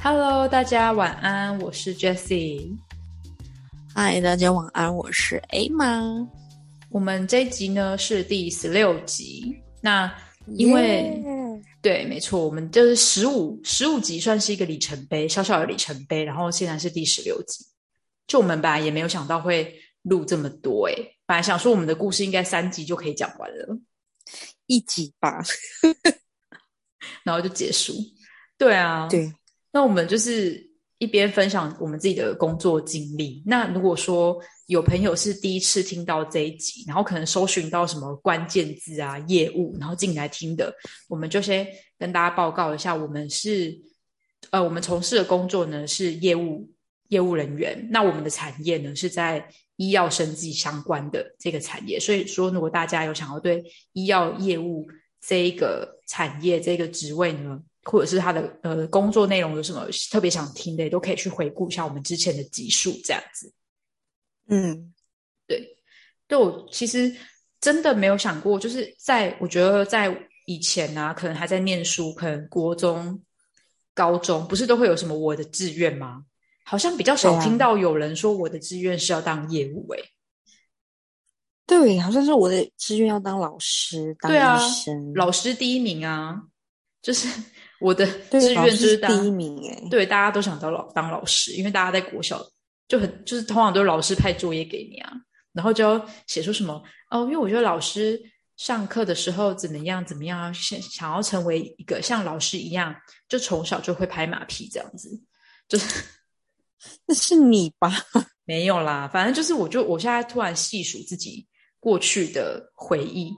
Hello，大家晚安，我是 Jessie。嗨，大家晚安，我是 A 妈。我们这一集呢是第十六集，那因为、 Yeah 对，没错，我们就是十五十五集算是一个里程碑，小小的里程碑。然后现在是第十六集，就我们本来也没有想到会录这么多诶、本来想说我们的故事应该三集就可以讲完了，一集吧，然后就结束。对啊，，对，那我们就是一边分享我们自己的工作经历。那如果说有朋友是第一次听到这一集，然后可能搜寻到什么关键字啊、业务，然后进来听的，我们就先跟大家报告一下，我们是呃，我们从事的工作呢是业务业务人员，那我们的产业呢是在医药生技相关的这个产业，所以说如果大家有想要对医药业务这一个产业这个职位呢，或者是他的呃工作内容有什么特别想听的，也都可以去回顾一下我们之前的集数这样子。嗯，对我其实真的没有想过，就是在我觉得在以前啊，可能还在念书，可能国中、高中不是都会有什么我的志愿吗？好像比较对少啊听到有人说我的志愿是要当业务、欸，对，好像是我的志愿要当老师，当对啊医生，老师第一名啊，就是 我的对志愿老就师是是当第一名哎，对，大家都想当老当老师，因为大家在国小就很就是通常都是老师派作业给你啊，然后就要写出什么哦，因为我觉得老师上课的时候怎么样怎么样啊，想想要成为一个像老师一样，就从小就会拍马屁这样子，就是那是你吧？没有啦，反正就是我就我现在突然细数自己过去的回忆，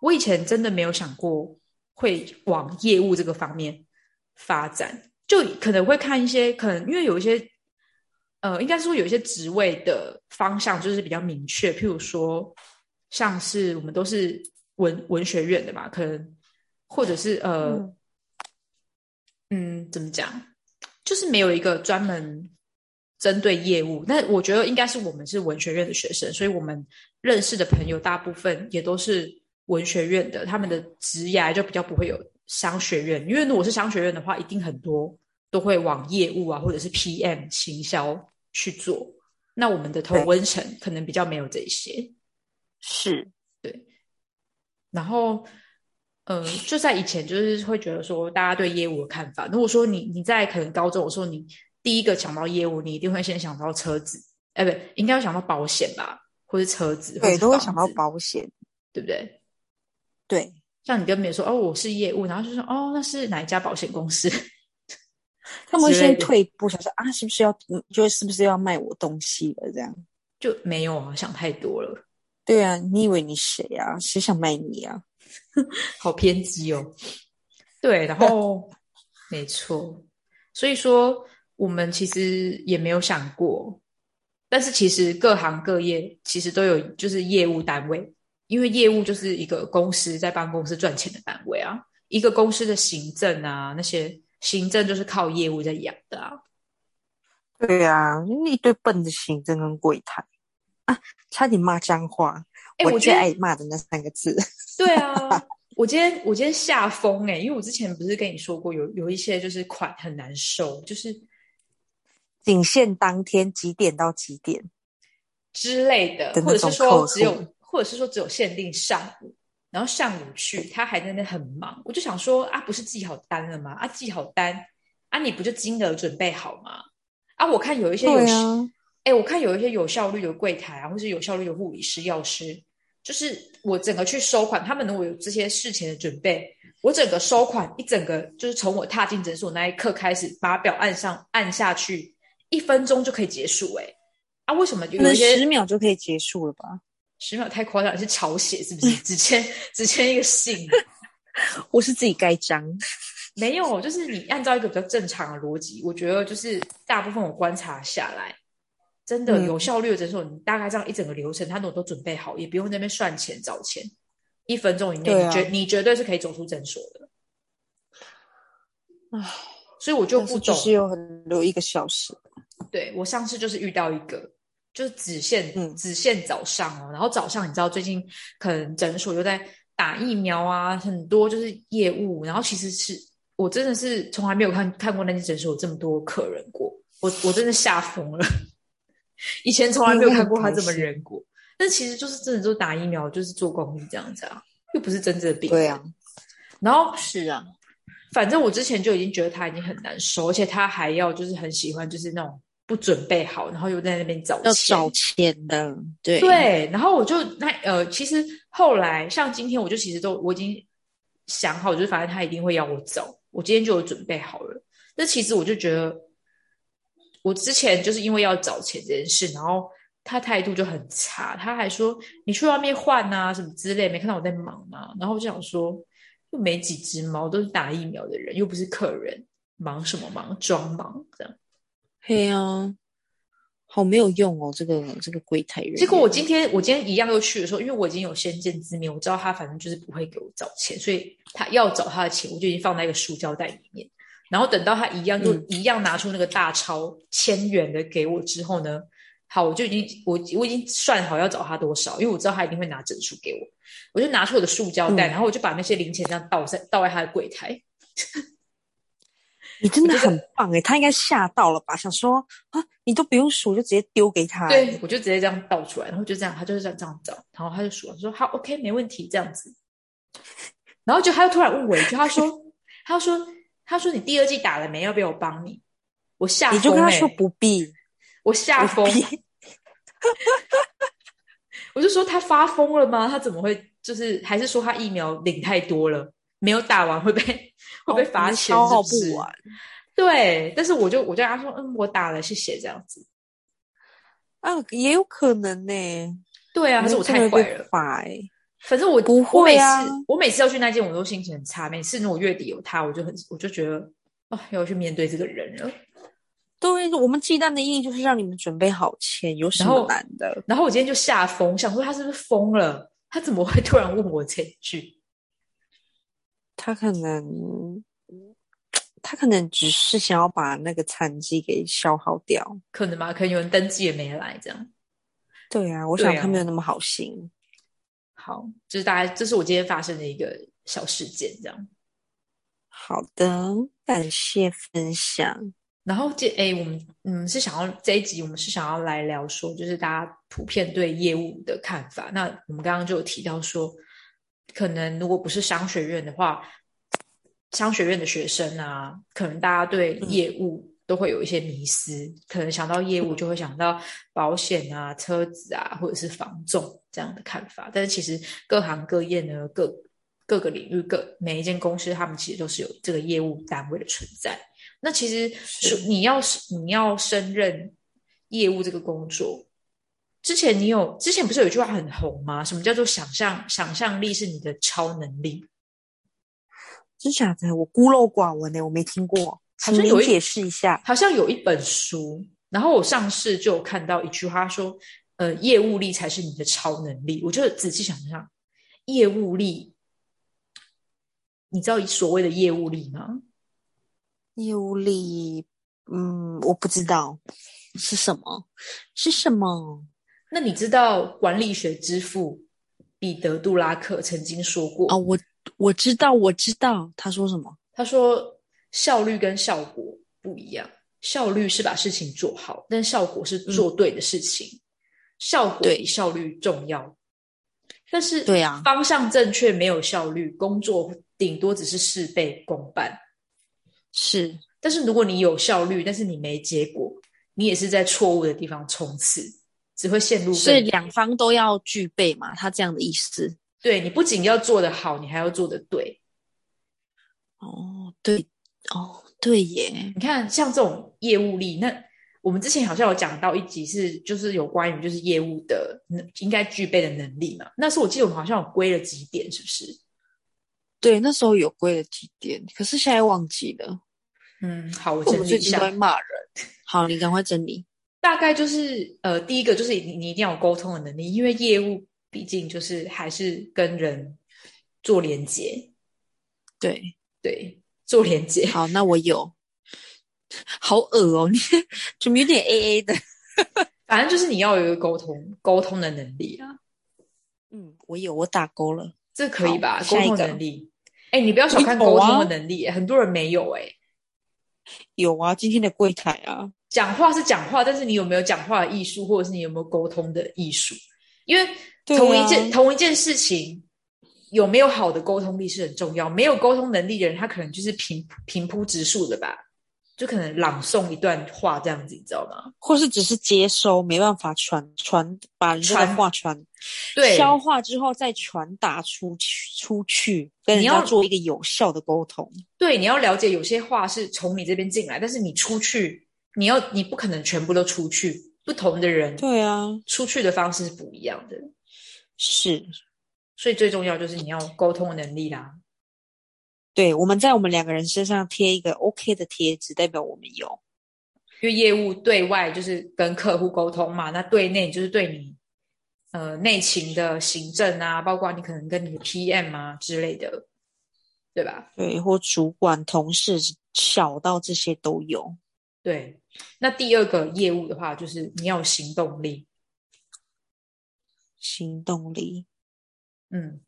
我以前真的没有想过会往业务这个方面发展，就可能会看一些可能因为有一些呃，应该说有一些职位的方向就是比较明确，譬如说像是我们都是文文学院的嘛，可能或者是呃。嗯嗯，怎么讲？就是没有一个专门针对业务。那我觉得应该是我们是文学院的学生，所以我们认识的朋友大部分也都是文学院的，他们的职涯就比较不会有商学院。因为如果是商学院的话，一定很多都会往业务啊，或者是 PM 行销去做。那我们的同对温层可能比较没有这些。是，然后，呃，就在以前，就是会觉得说，大家对业务的看法。如果说你你在可能高中，我说你第一个想到业务，你一定会先想到车子，哎，不，应该会想到保险吧，或是车子，或 对，是都会房想到子，保险，对不对？对，像你跟别人说哦，我是业务，然后就说哦，那是哪一家保险公司？ 他们会之类先的退一步，想说啊，是不是要，就是不是要卖我东西了这样？就没有啊，想太多了，对啊，你以为你谁啊？谁想卖你啊？好偏激哦。 对，然后 没错，所以说我们其实也没有想过，但是其实各行各业其实都有就是业务单位，因为业务就是一个公司在帮公司赚钱的单位啊，一个公司的行政啊那些行政就是靠业务在养的啊。对啊，一堆笨的行政跟柜台啊，差点骂脏话。哎，我觉最得爱骂的那三个字，对啊，我今天我今天吓疯哎、因为我之前不是跟你说过有有一些就是款很难收，就是仅限当天几点到几点。之类的的，或那者是种说客只有诉，或者是说只有限定上午，然后上午去，他还在那很忙，我就想说啊，不是记好单了吗？啊，记好单，啊，你不就金额准备好吗？啊，我看有一些有对效，啊，哎、我看有一些有效率的柜台啊，或是有效率的护理师、药师，就是我整个去收款，他们如果有这些事前的准备，我整个收款一整个就是从我踏进诊所那一刻开始，把表按上按下去，一分钟就可以结束、哎。啊，为什么可有能一些十秒就可以结束了吧？十秒太夸张，是抄写是不 是？只签只签一个信，我是自己盖章，没有，就是你按照一个比较正常的逻辑，我觉得就是大部分我观察下来，真的嗯有效率的诊所，你大概这样一整个流程，他都都准备好，也不用在那边算钱找钱，一分钟以内，对你啊绝你绝对是可以走出诊所的。所以我就不懂但是就。是有很有一个小时，对我上次就是遇到一个，就是只限嗯只限早上哦，然后早上你知道最近可能诊所又在打疫苗啊，很多就是业务，然后其实是我真的是从来没有看看过那间诊所有这么多客人过，我我真的吓疯了， 以前从来没有看过他这么人过，但其实就是真的就打疫苗就是做公益这样子啊，又不是真正的病，对啊，然后是啊，反正我之前就已经觉得他已经很难受，而且他还要就是很喜欢就是那种不准备好，然后又在那边找要钱找钱的，对对，然后我就那呃，其实后来像今天我就其实都我已经想好，就是反正他一定会要我走，我今天就有准备好了。但其实我就觉得，我之前就是因为要找钱这件事，然后他态度就很差，他还说你去外面换啊什么之类，没看到我在忙吗？然后我就想说，又没几只猫，都是打疫苗的人，又不是客人，忙什么忙，装忙这样。嘿啊，好没有用哦，这个这个柜台人员。结果我今天我今天一样又去的时候，因为我已经有先见之明，我知道他反正就是不会给我找钱，所以他要找他的钱，我就已经放在一个塑胶袋里面。然后等到他一样就嗯一样拿出那个大钞千元的给我之后呢，好，我就已经我我已经算好要找他多少，因为我知道他一定会拿整数给我，我就拿出我的塑胶袋，嗯然后我就把那些零钱这样倒在倒在他的柜台，你真的很棒诶，他应该吓到了吧？想说啊，你都不用数，就直接丢给他。对，我就直接这样倒出来，然后就这样，他就是这样这样找，然后他就说说好，OK，没问题，这样子。然后就他又突然问我一句，他说他说他说你第二季打了没？要不要我帮你？我吓你就疯跟他哎、说不必，我吓不疯， 必。我就说他发疯了吗？他怎么会就是还是说他疫苗领太多了，没有打完会 被会被罚钱哦消是耗不是不完。对，但是我就我就跟他说，嗯，我打了，谢谢这样子。啊，也有可能欸呢、对啊，还是我太坏了。法哎、欸，反正我不我每会啊次我每次要去那间，我都心情很差。每次如果月底有他，我就很我就觉得哦，要去面对这个人了。对，我们忌惮的意义就是让你们准备好钱，有什然么后难的？然后我今天就吓疯，想说他是不是疯了？他怎么会突然问我这一句？他可能，他可能只是想要把那个残疾给消耗掉。可能吗？可能有人登记也没来，这样对啊，我对想啊他没有那么好心。好，就是大概这是我今天发生的一个小事件，这样。好的，感谢分享。然后这诶，我们嗯是想要这一集，我们是想要来聊说，就是大家普遍对业务的看法。那我们刚刚就有提到说，可能如果不是商学院的话，商学院的学生啊，可能大家对业务都会有一些迷思，可能想到业务就会想到保险啊、车子啊，或者是房仲这样的看法。但是其实各行各业呢，各各个领域各每一间公司，他们其实都是有这个业务单位的存在。那其实是说你要是你要胜任业务这个工作，之前你有之前不是有一句话很红吗？什么叫做想象想象力是你的超能力？真假的，我孤陋寡闻呢、欸我没听过，好请像您有一解释一下。好像有一本书，然后我上次就有看到一句话说，呃，业务力才是你的超能力。我就仔细想一想，业务力，你知道所谓的业务力吗？业务力，嗯，我不知道是什么，是什么？那你知道管理学之父彼得·杜拉克曾经说过啊，我我知道，我知道，他说什么？他说效率跟效果不一样，效率是把事情做好，但效果是做对的事情，效果嗯对比效率重要。但是对啊方向正确没有效率，工作顶多只是事倍功半。是但是如果你有效率，但是你没结果，你也是在错误的地方冲刺，只会陷入更所以两方都要具备嘛，他这样的意思。对你不仅要做得好，你还要做得对。哦，对，哦，对耶，你看，像这种业务力，那我们之前好像有讲到一集是，就是有关于就是业务的能应该具备的能力嘛。那时候我记得我们好像有归了几点，是不是？对，那时候有归了几点，可是现在忘记了。嗯，好，我我整们理最一近都在下，骂人。好，你赶快整理。大概就是呃，第一个就是你你一定要有沟通的能力，因为业务毕竟就是还是跟人做连接，对，对，做连接。好，那我有，好恶哦，你 怎么有点 A A 的？反正就是你要有一个沟通沟通的能力啊，嗯，我有，我打勾了。这可以吧？好沟下一通个能力，哎、你不要小看我有沟啊通的能力、很多人没有哎、有啊，今天的柜台啊，讲话是讲话，但是你有没有讲话的艺术，或者是你有没有沟通的艺术？因为对啊同一件、同一件事情，有没有好的沟通力是很重要。没有沟通能力的人，他可能就是平平铺直述的吧，就可能朗诵一段话这样子，你知道吗？或是只是接收，没办法传传把人家传的话传对，消化之后再传达出去出去，跟人你家要做一个有效的沟通。对，你要了解有些话是从你这边进来，但是你出去，你要你不可能全部都出去，不同的人对啊，出去的方式是不一样的，是所以最重要就是你要沟通的能力啦。对。我们在我们两个人身上贴一个 OK 的贴纸，代表我们有。因为业务对外就是跟客户沟通嘛，那对内就是对你呃内勤的行政啊，包括你可能跟你的 PM 啊之类的，对吧？对，或主管、同事，小到这些都有。对。那第二个业务的话，就是你要有行动力，行动力，嗯，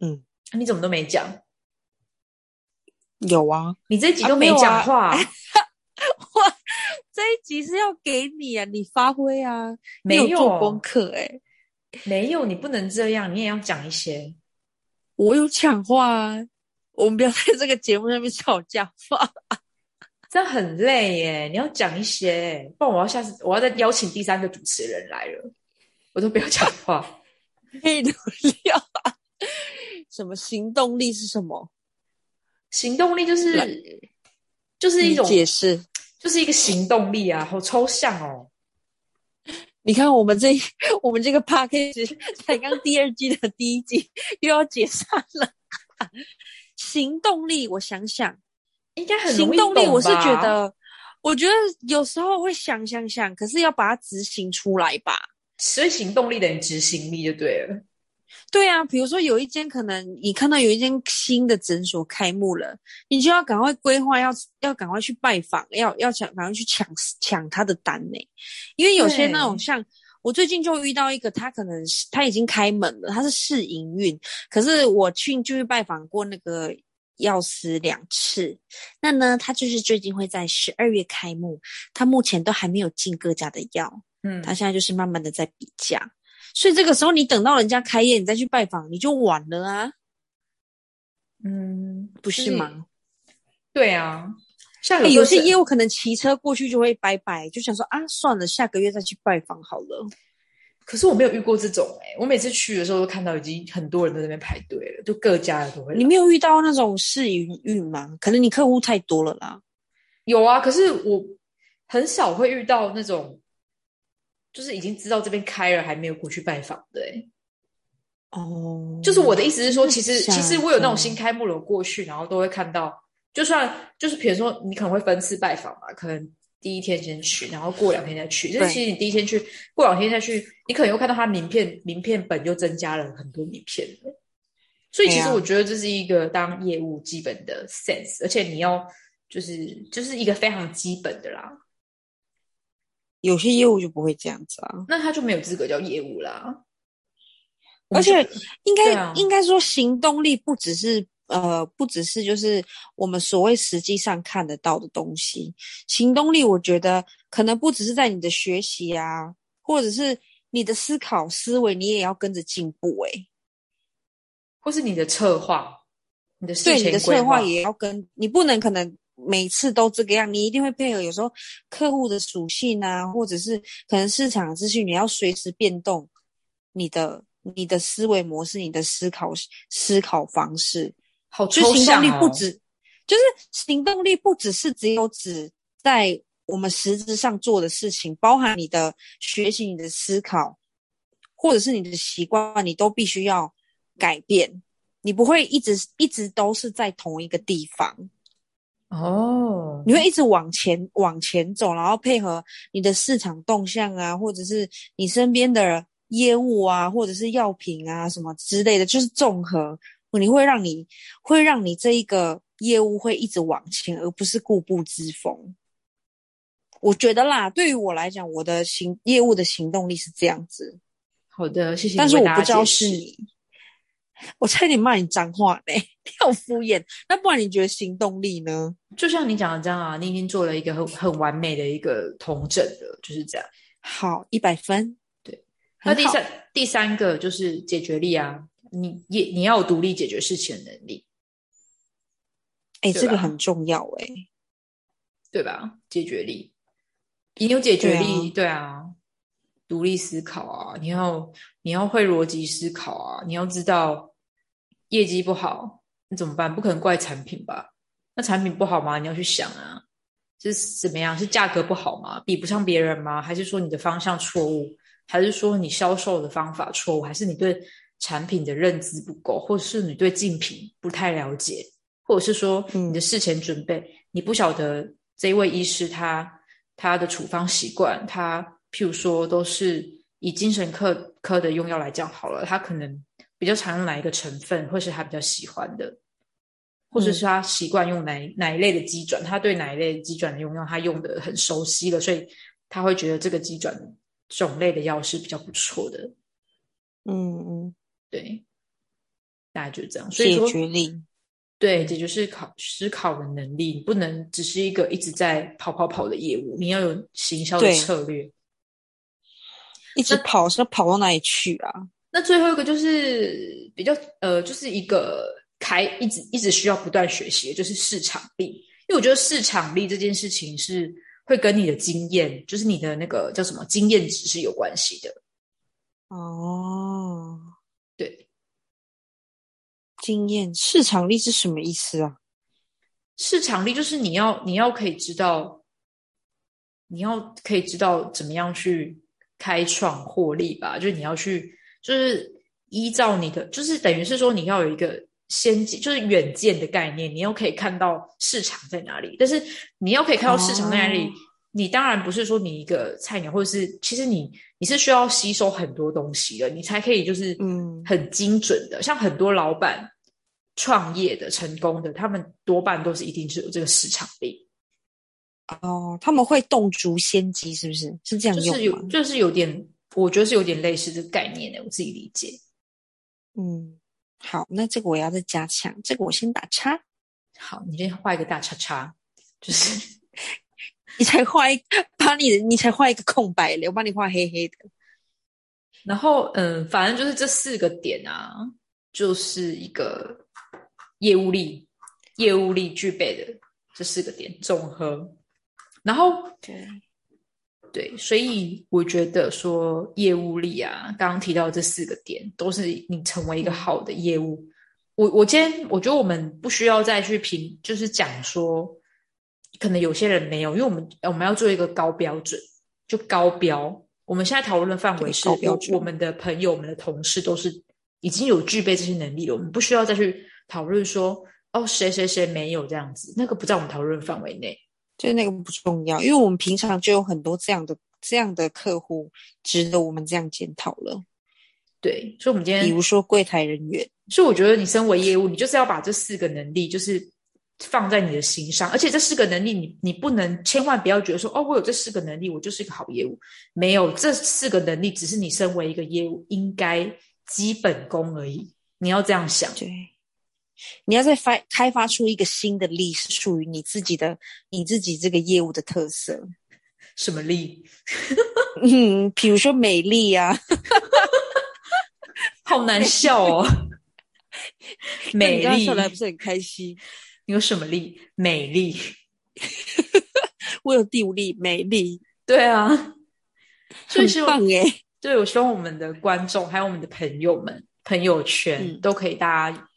嗯，啊你怎么都没讲？有啊。你这集都啊没有啊讲话，哇，这一集是要给你啊，你发挥啊，没你有做功课哎、没有，你不能这样，你也要讲一些。我有讲话啊，我们不要在这个节目上面吵架话。这样很累耶，你要讲一些，不然我要下次我要再邀请第三个主持人来了，我都不要讲话。 可以聊聊啊什么行动力是什么？行动力就是就是一种你解释。就是一个行动力啊，好抽象哦。你看我们这我们这个 p a c k a g e 才刚第二季的第一季又要解散了。行动力，我想想，应该很行容易动力，懂我是吧觉得，我觉得有时候会想想想，可是要把它执行出来吧。所以行动力等于执行力就对了。对啊，比如说有一间可能你看到有一间新的诊所开幕了，你就要赶快规划，要要赶快去拜访，要要抢，赶快去抢抢他的单呢、因为有些那种对像我最近就遇到一个，他可能是他已经开门了，他是试营运，可是我去就去拜访过那个药师两次，那呢他就是最近会在十二月开幕，他目前都还没有进各家的药，嗯，他现在就是慢慢的在比价，所以这个时候你等到人家开业，你再去拜访，你就晚了啊，嗯，不是吗？对啊，像哎有些业务务可能骑车过去就会拜拜，就想说啊，算了，下个月再去拜访好了。可是我没有遇过这种哎、我每次去的时候都看到已经很多人都在那边排队了，就各家的都会来。你没有遇到那种试营运吗？可能你客户太多了啦。有啊，可是我很少会遇到那种，就是已经知道这边开了还没有过去拜访的、嗯欸。哦，就是我的意思是说，真其的实假的其实我有那种新开幕楼过去，然后都会看到，就算就是比如说你可能会分次拜访嘛，可能第一天先去，然后过两天再去。就是对其实你第一天去，过两天再去，你可能又看到他名片名片本又增加了很多名片了所以其对实啊我觉得这是一个当业务基本的 sense，而且你要就是就是一个非常基本的啦，有些业务就不会这样子啊，那他就没有资格叫业务啦。而且应对该、啊应该说行动力不只是呃，不只是就是我们所谓实际上看得到的东西。行动力，我觉得可能不只是在你的学习啊，或者是你的思考思维，你也要跟着进步、欸。诶，或是你的策划，你的事对前你的规策划也要跟，你不能可能。每次都这个样，你一定会配合。有时候客户的属性啊，或者是可能市场的资讯，你要随时变动你的你的思维模式、你的思考思考方式。好就抽行象动力哦不止，就是行动力不只是只有指在我们实质上做的事情，包含你的学习、你的思考，或者是你的习惯，你都必须要改变。你不会一直一直都是在同一个地方，哦，你会一直往前往前走，然后配合你的市场动向啊，或者是你身边的业务啊，或者是药品啊什么之类的，就是综合你会让你会让你这一个业务会一直往前，而不是固步自封。我觉得啦，对于我来讲，我的行业务的行动力是这样子，好的，谢谢。但是我不知道是你，我差点骂你脏话嘞， 你好敷衍。那不然你觉得行动力呢？就像你讲的这样啊，你已经做了一个很很完美的一个统整了，就是这样。好，一百分。对，很那好第三第三个就是解决力啊，你也你要有独立解决事情的能力，哎、对这个吧很重要哎、对吧？解决力，你有解决对啊力，对啊，独立思考啊，你要你要会逻辑思考啊，你要知道业绩不好，那怎么办？不可能怪产品吧？那产品不好吗？你要去想啊，是怎么样？是价格不好吗？比不上别人吗？还是说你的方向错误？还是说你销售的方法错误？还是你对产品的认知不够，或者是你对竞品不太了解，或者是说嗯你的事前准备，你不晓得这位医师他他的处方习惯，他譬如说都是以精神科科的用药来讲好了，他可能比较常用哪一个成分，或是他比较喜欢的，或嗯者是他习惯用哪、哪一类的机转，他对哪一类机转的用药他用的很熟悉了，所以他会觉得这个机转种类的药是比较不错的，嗯嗯，对，大概就这样。所以解说，决嗯力。对，这就是考思考的能力，你不能只是一个一直在跑跑跑的业务，你要有行销的对策略。一直那跑是要跑到哪里去啊？那最后一个就是比较呃，就是一个开一直一直需要不断学习的，就是市场力。因为我觉得市场力这件事情是会跟你的经验，就是你的那个叫什么经验值是有关系的。哦，对，经验市场力是什么意思啊？市场力就是你要你要可以知道，你要可以知道怎么样去开创获利吧，就是你要去就是依照你的，就是等于是说你要有一个先进，就是远见的概念，你要可以看到市场在哪里，但是你要可以看到市场在哪里。哦你当然不是说你一个菜鸟，或者是其实你你是需要吸收很多东西的，你才可以就是嗯很精准的。像很多老板创业的成功的，他们多半都是一定是有这个市场力，哦，他们会洞烛先机，是不是？是这样就用是有吗？就是有点，我觉得是有点类似这个概念的，我自己理解。嗯，好，那这个我要再加强，这个我先打叉。好，你先画一个大叉叉，就是你才画一，把你的你才画一个空白嘞，我帮你画黑黑的。然后嗯，反正就是这四个点啊，就是一个业务力、业务力具备的这四个点综合。然后对，对，所以我觉得说业务力啊，刚刚提到这四个点，都是你成为一个好的业务。我我今天我觉得我们不需要再去评，就是讲说，可能有些人没有，因为我们我们要做一个高标准，就高标。我们现在讨论的范围对是高标准我我们的朋友、我们的同事都是已经有具备这些能力了，我们不需要再去讨论说哦谁谁谁没有这样子，那个不在我们讨论范围内。就是那个不重要，因为我们平常就有很多这样的这样的客户，值得我们这样检讨了。对，所以我们今天比如说柜台人员，所以我觉得你身为业务，你就是要把这四个能力就是放在你的心上，而且这四个能力你你不能千万不要觉得说哦，我有这四个能力，我就是一个好业务。没有这四个能力，只是你身为一个业务应该基本功而已。你要这样想，对，你要再发开发出一个新的力，是属于你自己的，你自己这个业务的特色。什么力？嗯，比如说美丽啊， 好难笑 哦，美那你丽刚才笑得还不是很开心。 你有什么力？美丽，我有第五力，美丽，对啊，所以是很棒欸耶。对，我希望我们的观众还有我们的朋友们、朋友圈、嗯都可以，大家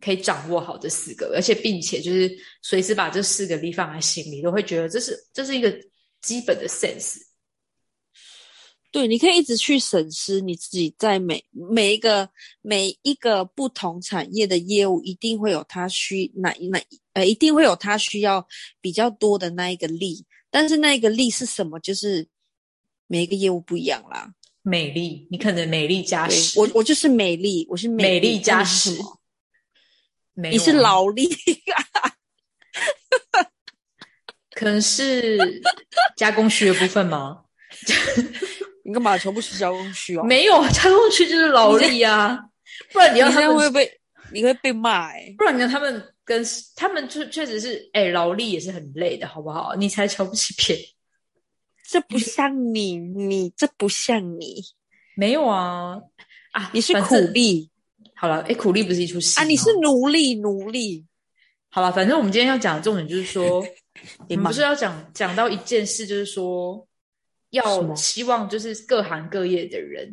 可以掌握好这四个，而且并且就是随时把这四个力放在心里，都会觉得这是这是一个基本的 sense。对，你可以一直去审视你自己在每每一个每一个不同产业的业务，一定会有它需哪哪呃，一定会有它需要比较多的那一个力，但是那一个力是什么，就是每一个业务不一样啦。美丽，你可能美丽加对十，我我就是美丽，我是美丽丽加那你是什十么？没有啊你是劳力，可能是加工区的部分吗？你干嘛全部是交工区哦？没有，加工区就是劳力啊，不然你你要这他样们会被你会被骂哎、不然你让他们跟他们确确实是，哎、劳力也是很累的，好不好？你才瞧不起别人。这不像你，你这不像你，没有啊，啊，你是反苦正。力好了，哎、苦力不是一哦出戏啊，吗你是奴隶，奴隶。好了，反正我们今天要讲的重点就是说，我 你们忙不是要讲讲到一件事，就是说什要么希望就是各行各业的人，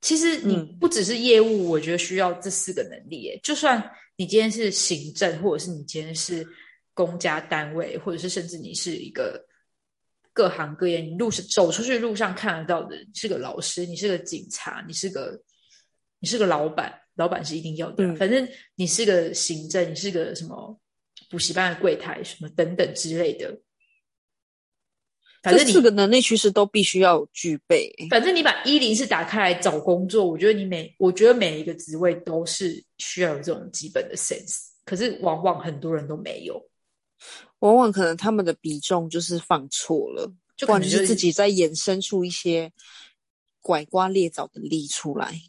其实你嗯不只是业务，我觉得需要这四个能力耶。就算你今天是行政，或者是你今天是公家单位，或者是甚至你是一个各行各业，你路是走出去路上看得到的，你是个老师，你是个警察，你是个你是个老板，老板是一定要的啊、嗯反正你是个行政，你是个什么补习班的柜台，什么等等之类的。反这正你四个能力其实都必须要具备。反正你把一零四打开来找工作，我觉得你每我觉得每一个职位都是需要有这种基本的 sense，可是往往很多人都没有，往往可能他们的比重就是放错了，就不可然能就是是自己在衍生出一些拐瓜裂枣的力出来。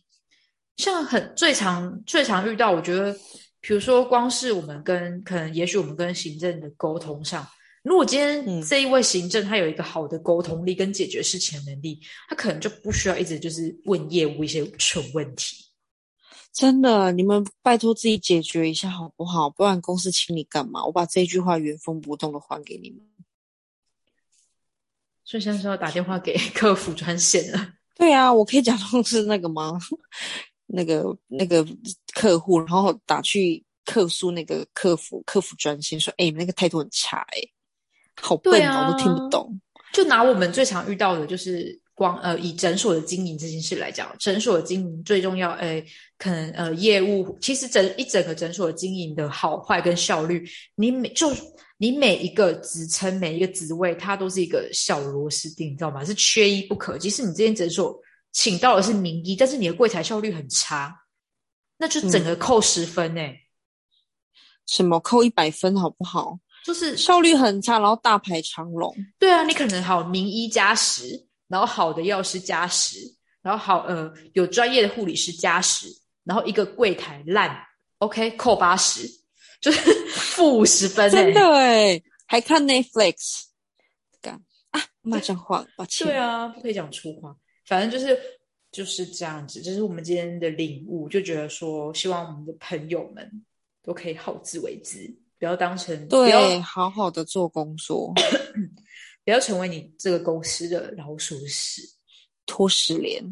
像很最常最常遇到，我觉得，比如说光是我们跟可能也许我们跟行政的沟通上，如果今天嗯这一位行政他有一个好的沟通力跟解决事情的能力，他可能就不需要一直就是问业务一些蠢问题。真的，你们拜托自己解决一下好不好？不然公司请你干嘛？我把这句话原封不动的还给你们。所以现在是要打电话给 客服专线了。对啊，我可以假装是那个吗？那个那个客户，然后打去客诉那个客服客服专线说：“哎、你们那个态度很差、欸，好笨对哦，我啊都听不懂。”就拿我们最常遇到的，就是光呃以诊所的经营这件事来讲，诊所的经营最重要，呃，可能呃业务，其实整一整个诊所的经营的好坏跟效率，你每就你每一个职称每一个职位，它都是一个小螺丝钉，你知道吗？是缺一不可。即使你这间诊所请到的是名医，但是你的柜台效率很差，那就整个扣十分诶、什么扣一百分好不好？就是效率很差，然后大排长龙。对啊，你可能好名医加十，然后好的药师加十，然后好呃有专业的护理师加十，然后一个柜台烂，OK 扣八十，就是 负五十分、欸，真的哎，还看 Netflix，干啊，骂脏话，抱歉。对，啊，不可以讲粗话，反正就是就是这样子，这是我们今天的领悟，就觉得说，希望我们的朋友们都可以好自为之，不要当成不要对，好好的做工作，不要成为你这个公司的老鼠屎。拖十连。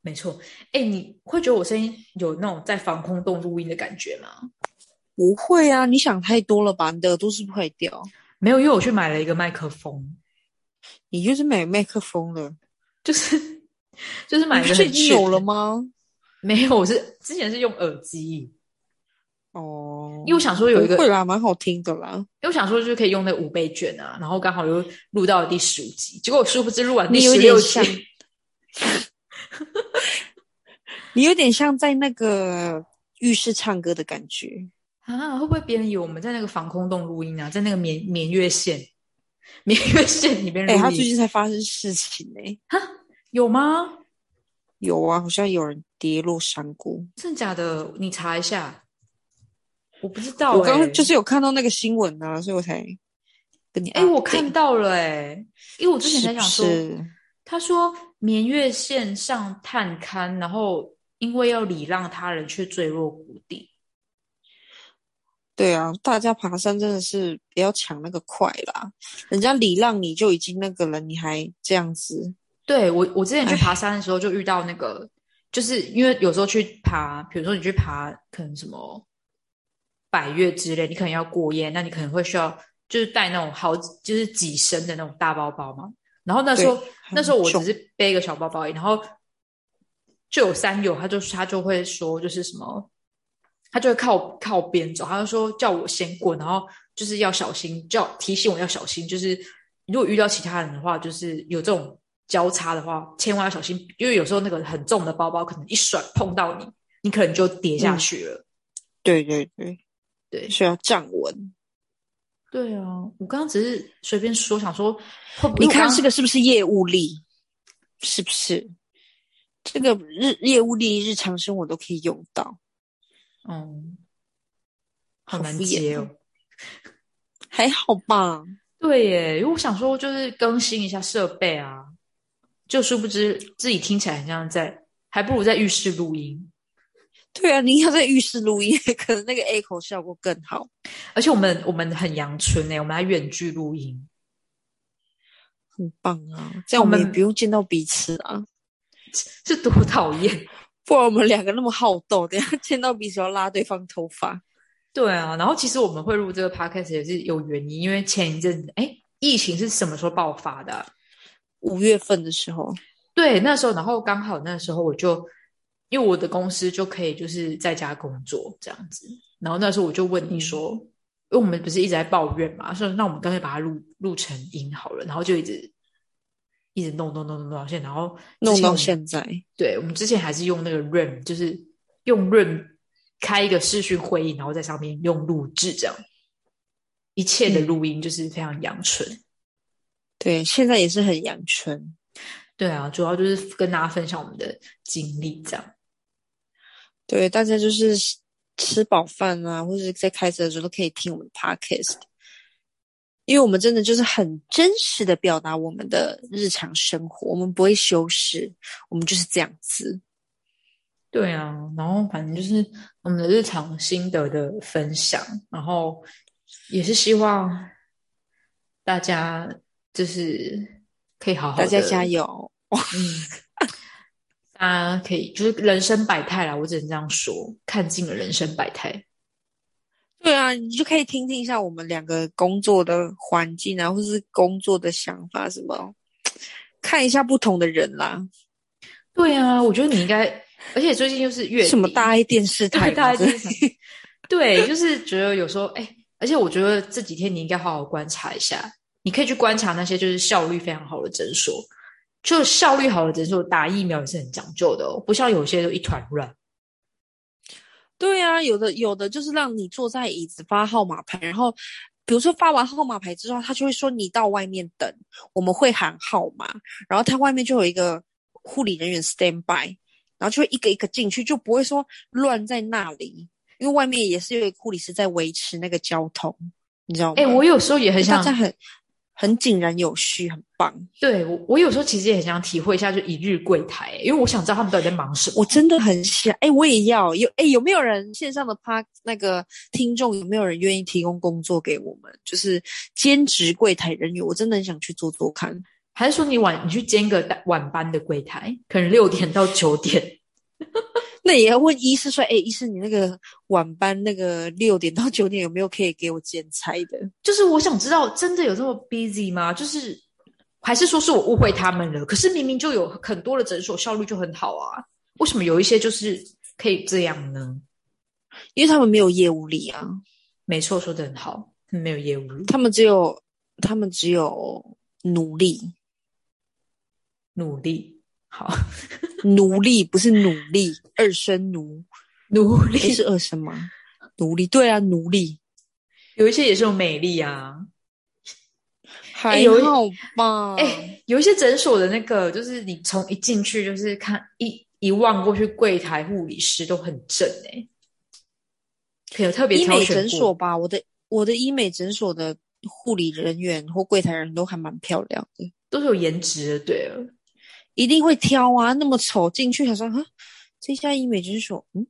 没错，哎，你会觉得我声音有那种在防空洞录音的感觉吗？不会啊，你想太多了吧？你的耳朵是不是坏掉？没有，因为我去买了一个麦克风，你就是买麦克风了，就是 就是买一你不个是很已经炫有了的？吗？没有，我是之前是用耳机，哦，因为我想说有一个，不会因啦，蛮好听的啦。为我想说就是可以用那个五倍券啊，然后刚好又录到了第十五集，结果我殊不知录完第你有十点六 像 集，你有点像在那个浴室唱歌的感觉。啊，会不会别人以为我们在那个防空洞录音啊，在那个绵绵月线绵月线 里面录哎、音？他最近才发生事情哎、有吗？有啊，好像有人跌落山谷。真的假的？你查一下，我不知道、欸。我刚刚就是有看到那个新闻啊，所以我才跟你哎、我看到了哎、因为我我之前才想说，是他说绵月线上探勘，然后因为要礼让他人却坠落谷底。对啊，大家爬山真的是不要抢那个快啦，人家礼让你就已经那个了，你还这样子，对我，我之前去爬山的时候就遇到那个，就是因为有时候去爬，比如说你去爬可能什么百越之类，你可能要过夜，那你可能会需要就是带那种好就是几升的那种大包包嘛。然后那时候对那时候我只很重是背一个小包包而已，然后就有山友，他就他就会说，就是什么，他就会靠靠边走，他就说叫我先过，然后就是要小心，叫提醒我要小心，就是如果遇到其他人的话，就是有这种交叉的话，千万要小心，因为有时候那个很重嗯的包包可能一甩碰到你，你可能就跌下去了。对对对，对需要站稳。对啊，我刚刚只是随便说，想说会不会啊你看是这个是不是业务力？是不是？这个日业务力日常生活都可以用到，嗯，好好难敷衍接哦哦。还好吧？对耶，因为我想说就是更新一下设备啊，就殊不知自己听起来很像在，还不如在浴室录音。对啊，你要在浴室录音，可能那个 echo 效果更好。而且我们我们很阳春哎，我们还远距录音。很棒啊！这样我们我也们不用见到彼此啊，是多讨厌。 不然我们两个那么好斗，等一下见到彼此要拉对方头发。对啊，然后其实我们会录这个 podcast 也是有原因，因为前一阵子，哎，疫情是什么时候爆发的啊、五月份的时候，对，那时候，然后刚好那时候我就，因为我的公司就可以就是在家工作这样子，然后那时候我就问你说，嗯因为我们不是一直在抱怨嘛，说那我们干脆把它录录成音好了，然后就一直一直弄弄弄弄弄到现在，然后之弄前我到们现在，对，我们之前还是用那个 Room，就是用 Room 开一个视讯会议，然后在上面用录制这样，一切的嗯录音就是非常阳春。对，现在也是很阳春。对啊，主要就是跟大家分享我们的经历这样。对，大家就是吃饱饭啊，或者是在开车的时候都可以听我们的 podcast，因为我们真的就是很真实的表达我们的日常生活，我们不会修饰，我们就是这样子。对啊，然后反正就是我们的日常心得的分享，然后也是希望大家就是可以好好大家地加，油！嗯，大家可以就是人生百态啦，我只能这样说，看尽了人生百态。对啊，你就可以听听一下我们两个工作的环境啊，或是工作的想法什么，看一下不同的人啦。对啊，我觉得你应该，而且最近又是月什么底 大爱电视对，台嘛，大家真就的是想 对，就是觉得有时候，哎、而且我觉得这几天你应该好好观察一下，你可以去观察那些就是效率非常好的诊所，就效率好的诊所打疫苗也是很讲究的哦，不像有些就一团乱。对啊，有的有的就是让你坐在椅子发号码牌，然后比如说发完号码牌之后，他就会说你到外面等，我们会喊号码，然后他外面就有一个护理人员 stand by，然后就会一个一个进去，就不会说乱在那里，因为外面也是有一个护理师在维持那个交通，你知道吗？哎、我有时候也很就大想家，很很井然有序，很棒。对我，我有时候其实也很想体会一下，就一日柜台、因为我想知道他们到底在忙什么。我真的很想，哎、我也要有，哎、有没有人线上的趴那个听众有没有人愿意提供工作给我们？就是兼职柜台人员，我真的很想去做做看。还是说你晚，你去兼个大晚班的柜台，可能六点到九点，那也要问医师说，哎、医师你那个晚班那个六点到九点有没有可以给我兼差的？就是我想知道，真的有这么 busy 吗？就是还是说是我误会他们了？可是明明就有很多的诊所效率就很好啊，为什么有一些就是可以这样呢？因为他们没有业务力啊，没错，说的很好，没有业务他们只有他们只有努力，努力，好奴隶不是努力，二声奴，努 哎、力是，二声吗？奴隶，对啊，奴隶， 有一些也是有美丽啊。还有一好吧？哎、有一些诊所的那个，就是你从一进去就是看一一望过去，柜台护理师都很正哎、可有特别医挑美选诊过所吧，我的我的医美诊所的护理人员或柜台人都还蛮漂亮的，都是有颜值的，对了。一定会挑啊。那么丑进去，想说哈，这家医美诊所，嗯，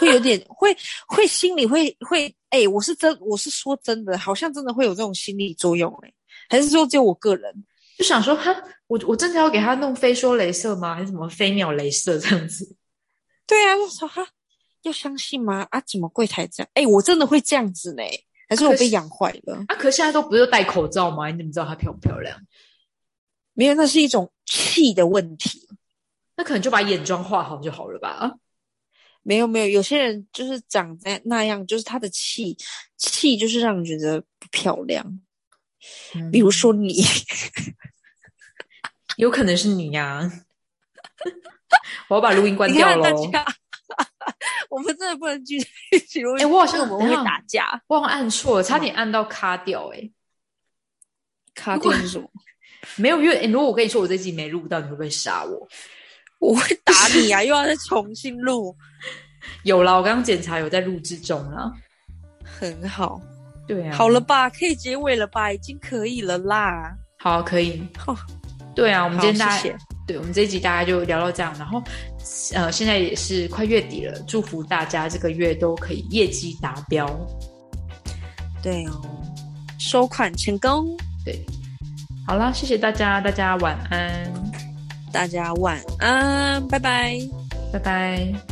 会有点会会心里会会，哎、我是真我是说真的，好像真的会有这种心理作用、哎，还是说只有我个人？就想说哈，我我真的要给他弄飞梭镭射吗？还是什么飞鸟镭射这样子？ 对啊，就说哈，要相信吗？啊，怎么柜台这样？哎、我真的会这样子呢、还是我可被是养坏了？啊，可是现在都不是戴口罩吗？你怎么知道她漂不漂亮？没有，那是一种气的问题。那可能就把眼妆画好就好了吧？没有没有，有些人就是长在那样，就是他的气气就是让人觉得不漂亮。嗯比如说你， 有可能是你呀、我要把录音关你掉看大喽。家， 我们真的不能聚在一起，哎我好像因为我们等一会下打架。忘按错了，差点按到卡掉、欸，卡掉是什么？没有，因为、欸如果我跟你说我这集没录到，你会不会杀我？我会打你啊！又要再重新录，有啦，我刚刚检查有在录制中啦。很好，对啊，好了，吧，可以结尾了吧，已经可以了啦。好，可以。好对啊，我我们今天大谢家，谢，对我们这一集大家就聊到这样，然后呃，现在也是快月底了，祝福大家这个月都可以业绩达标。对哦，收款成功，对，好啦，谢谢大家，大家晚安，大家晚安，拜拜。拜拜。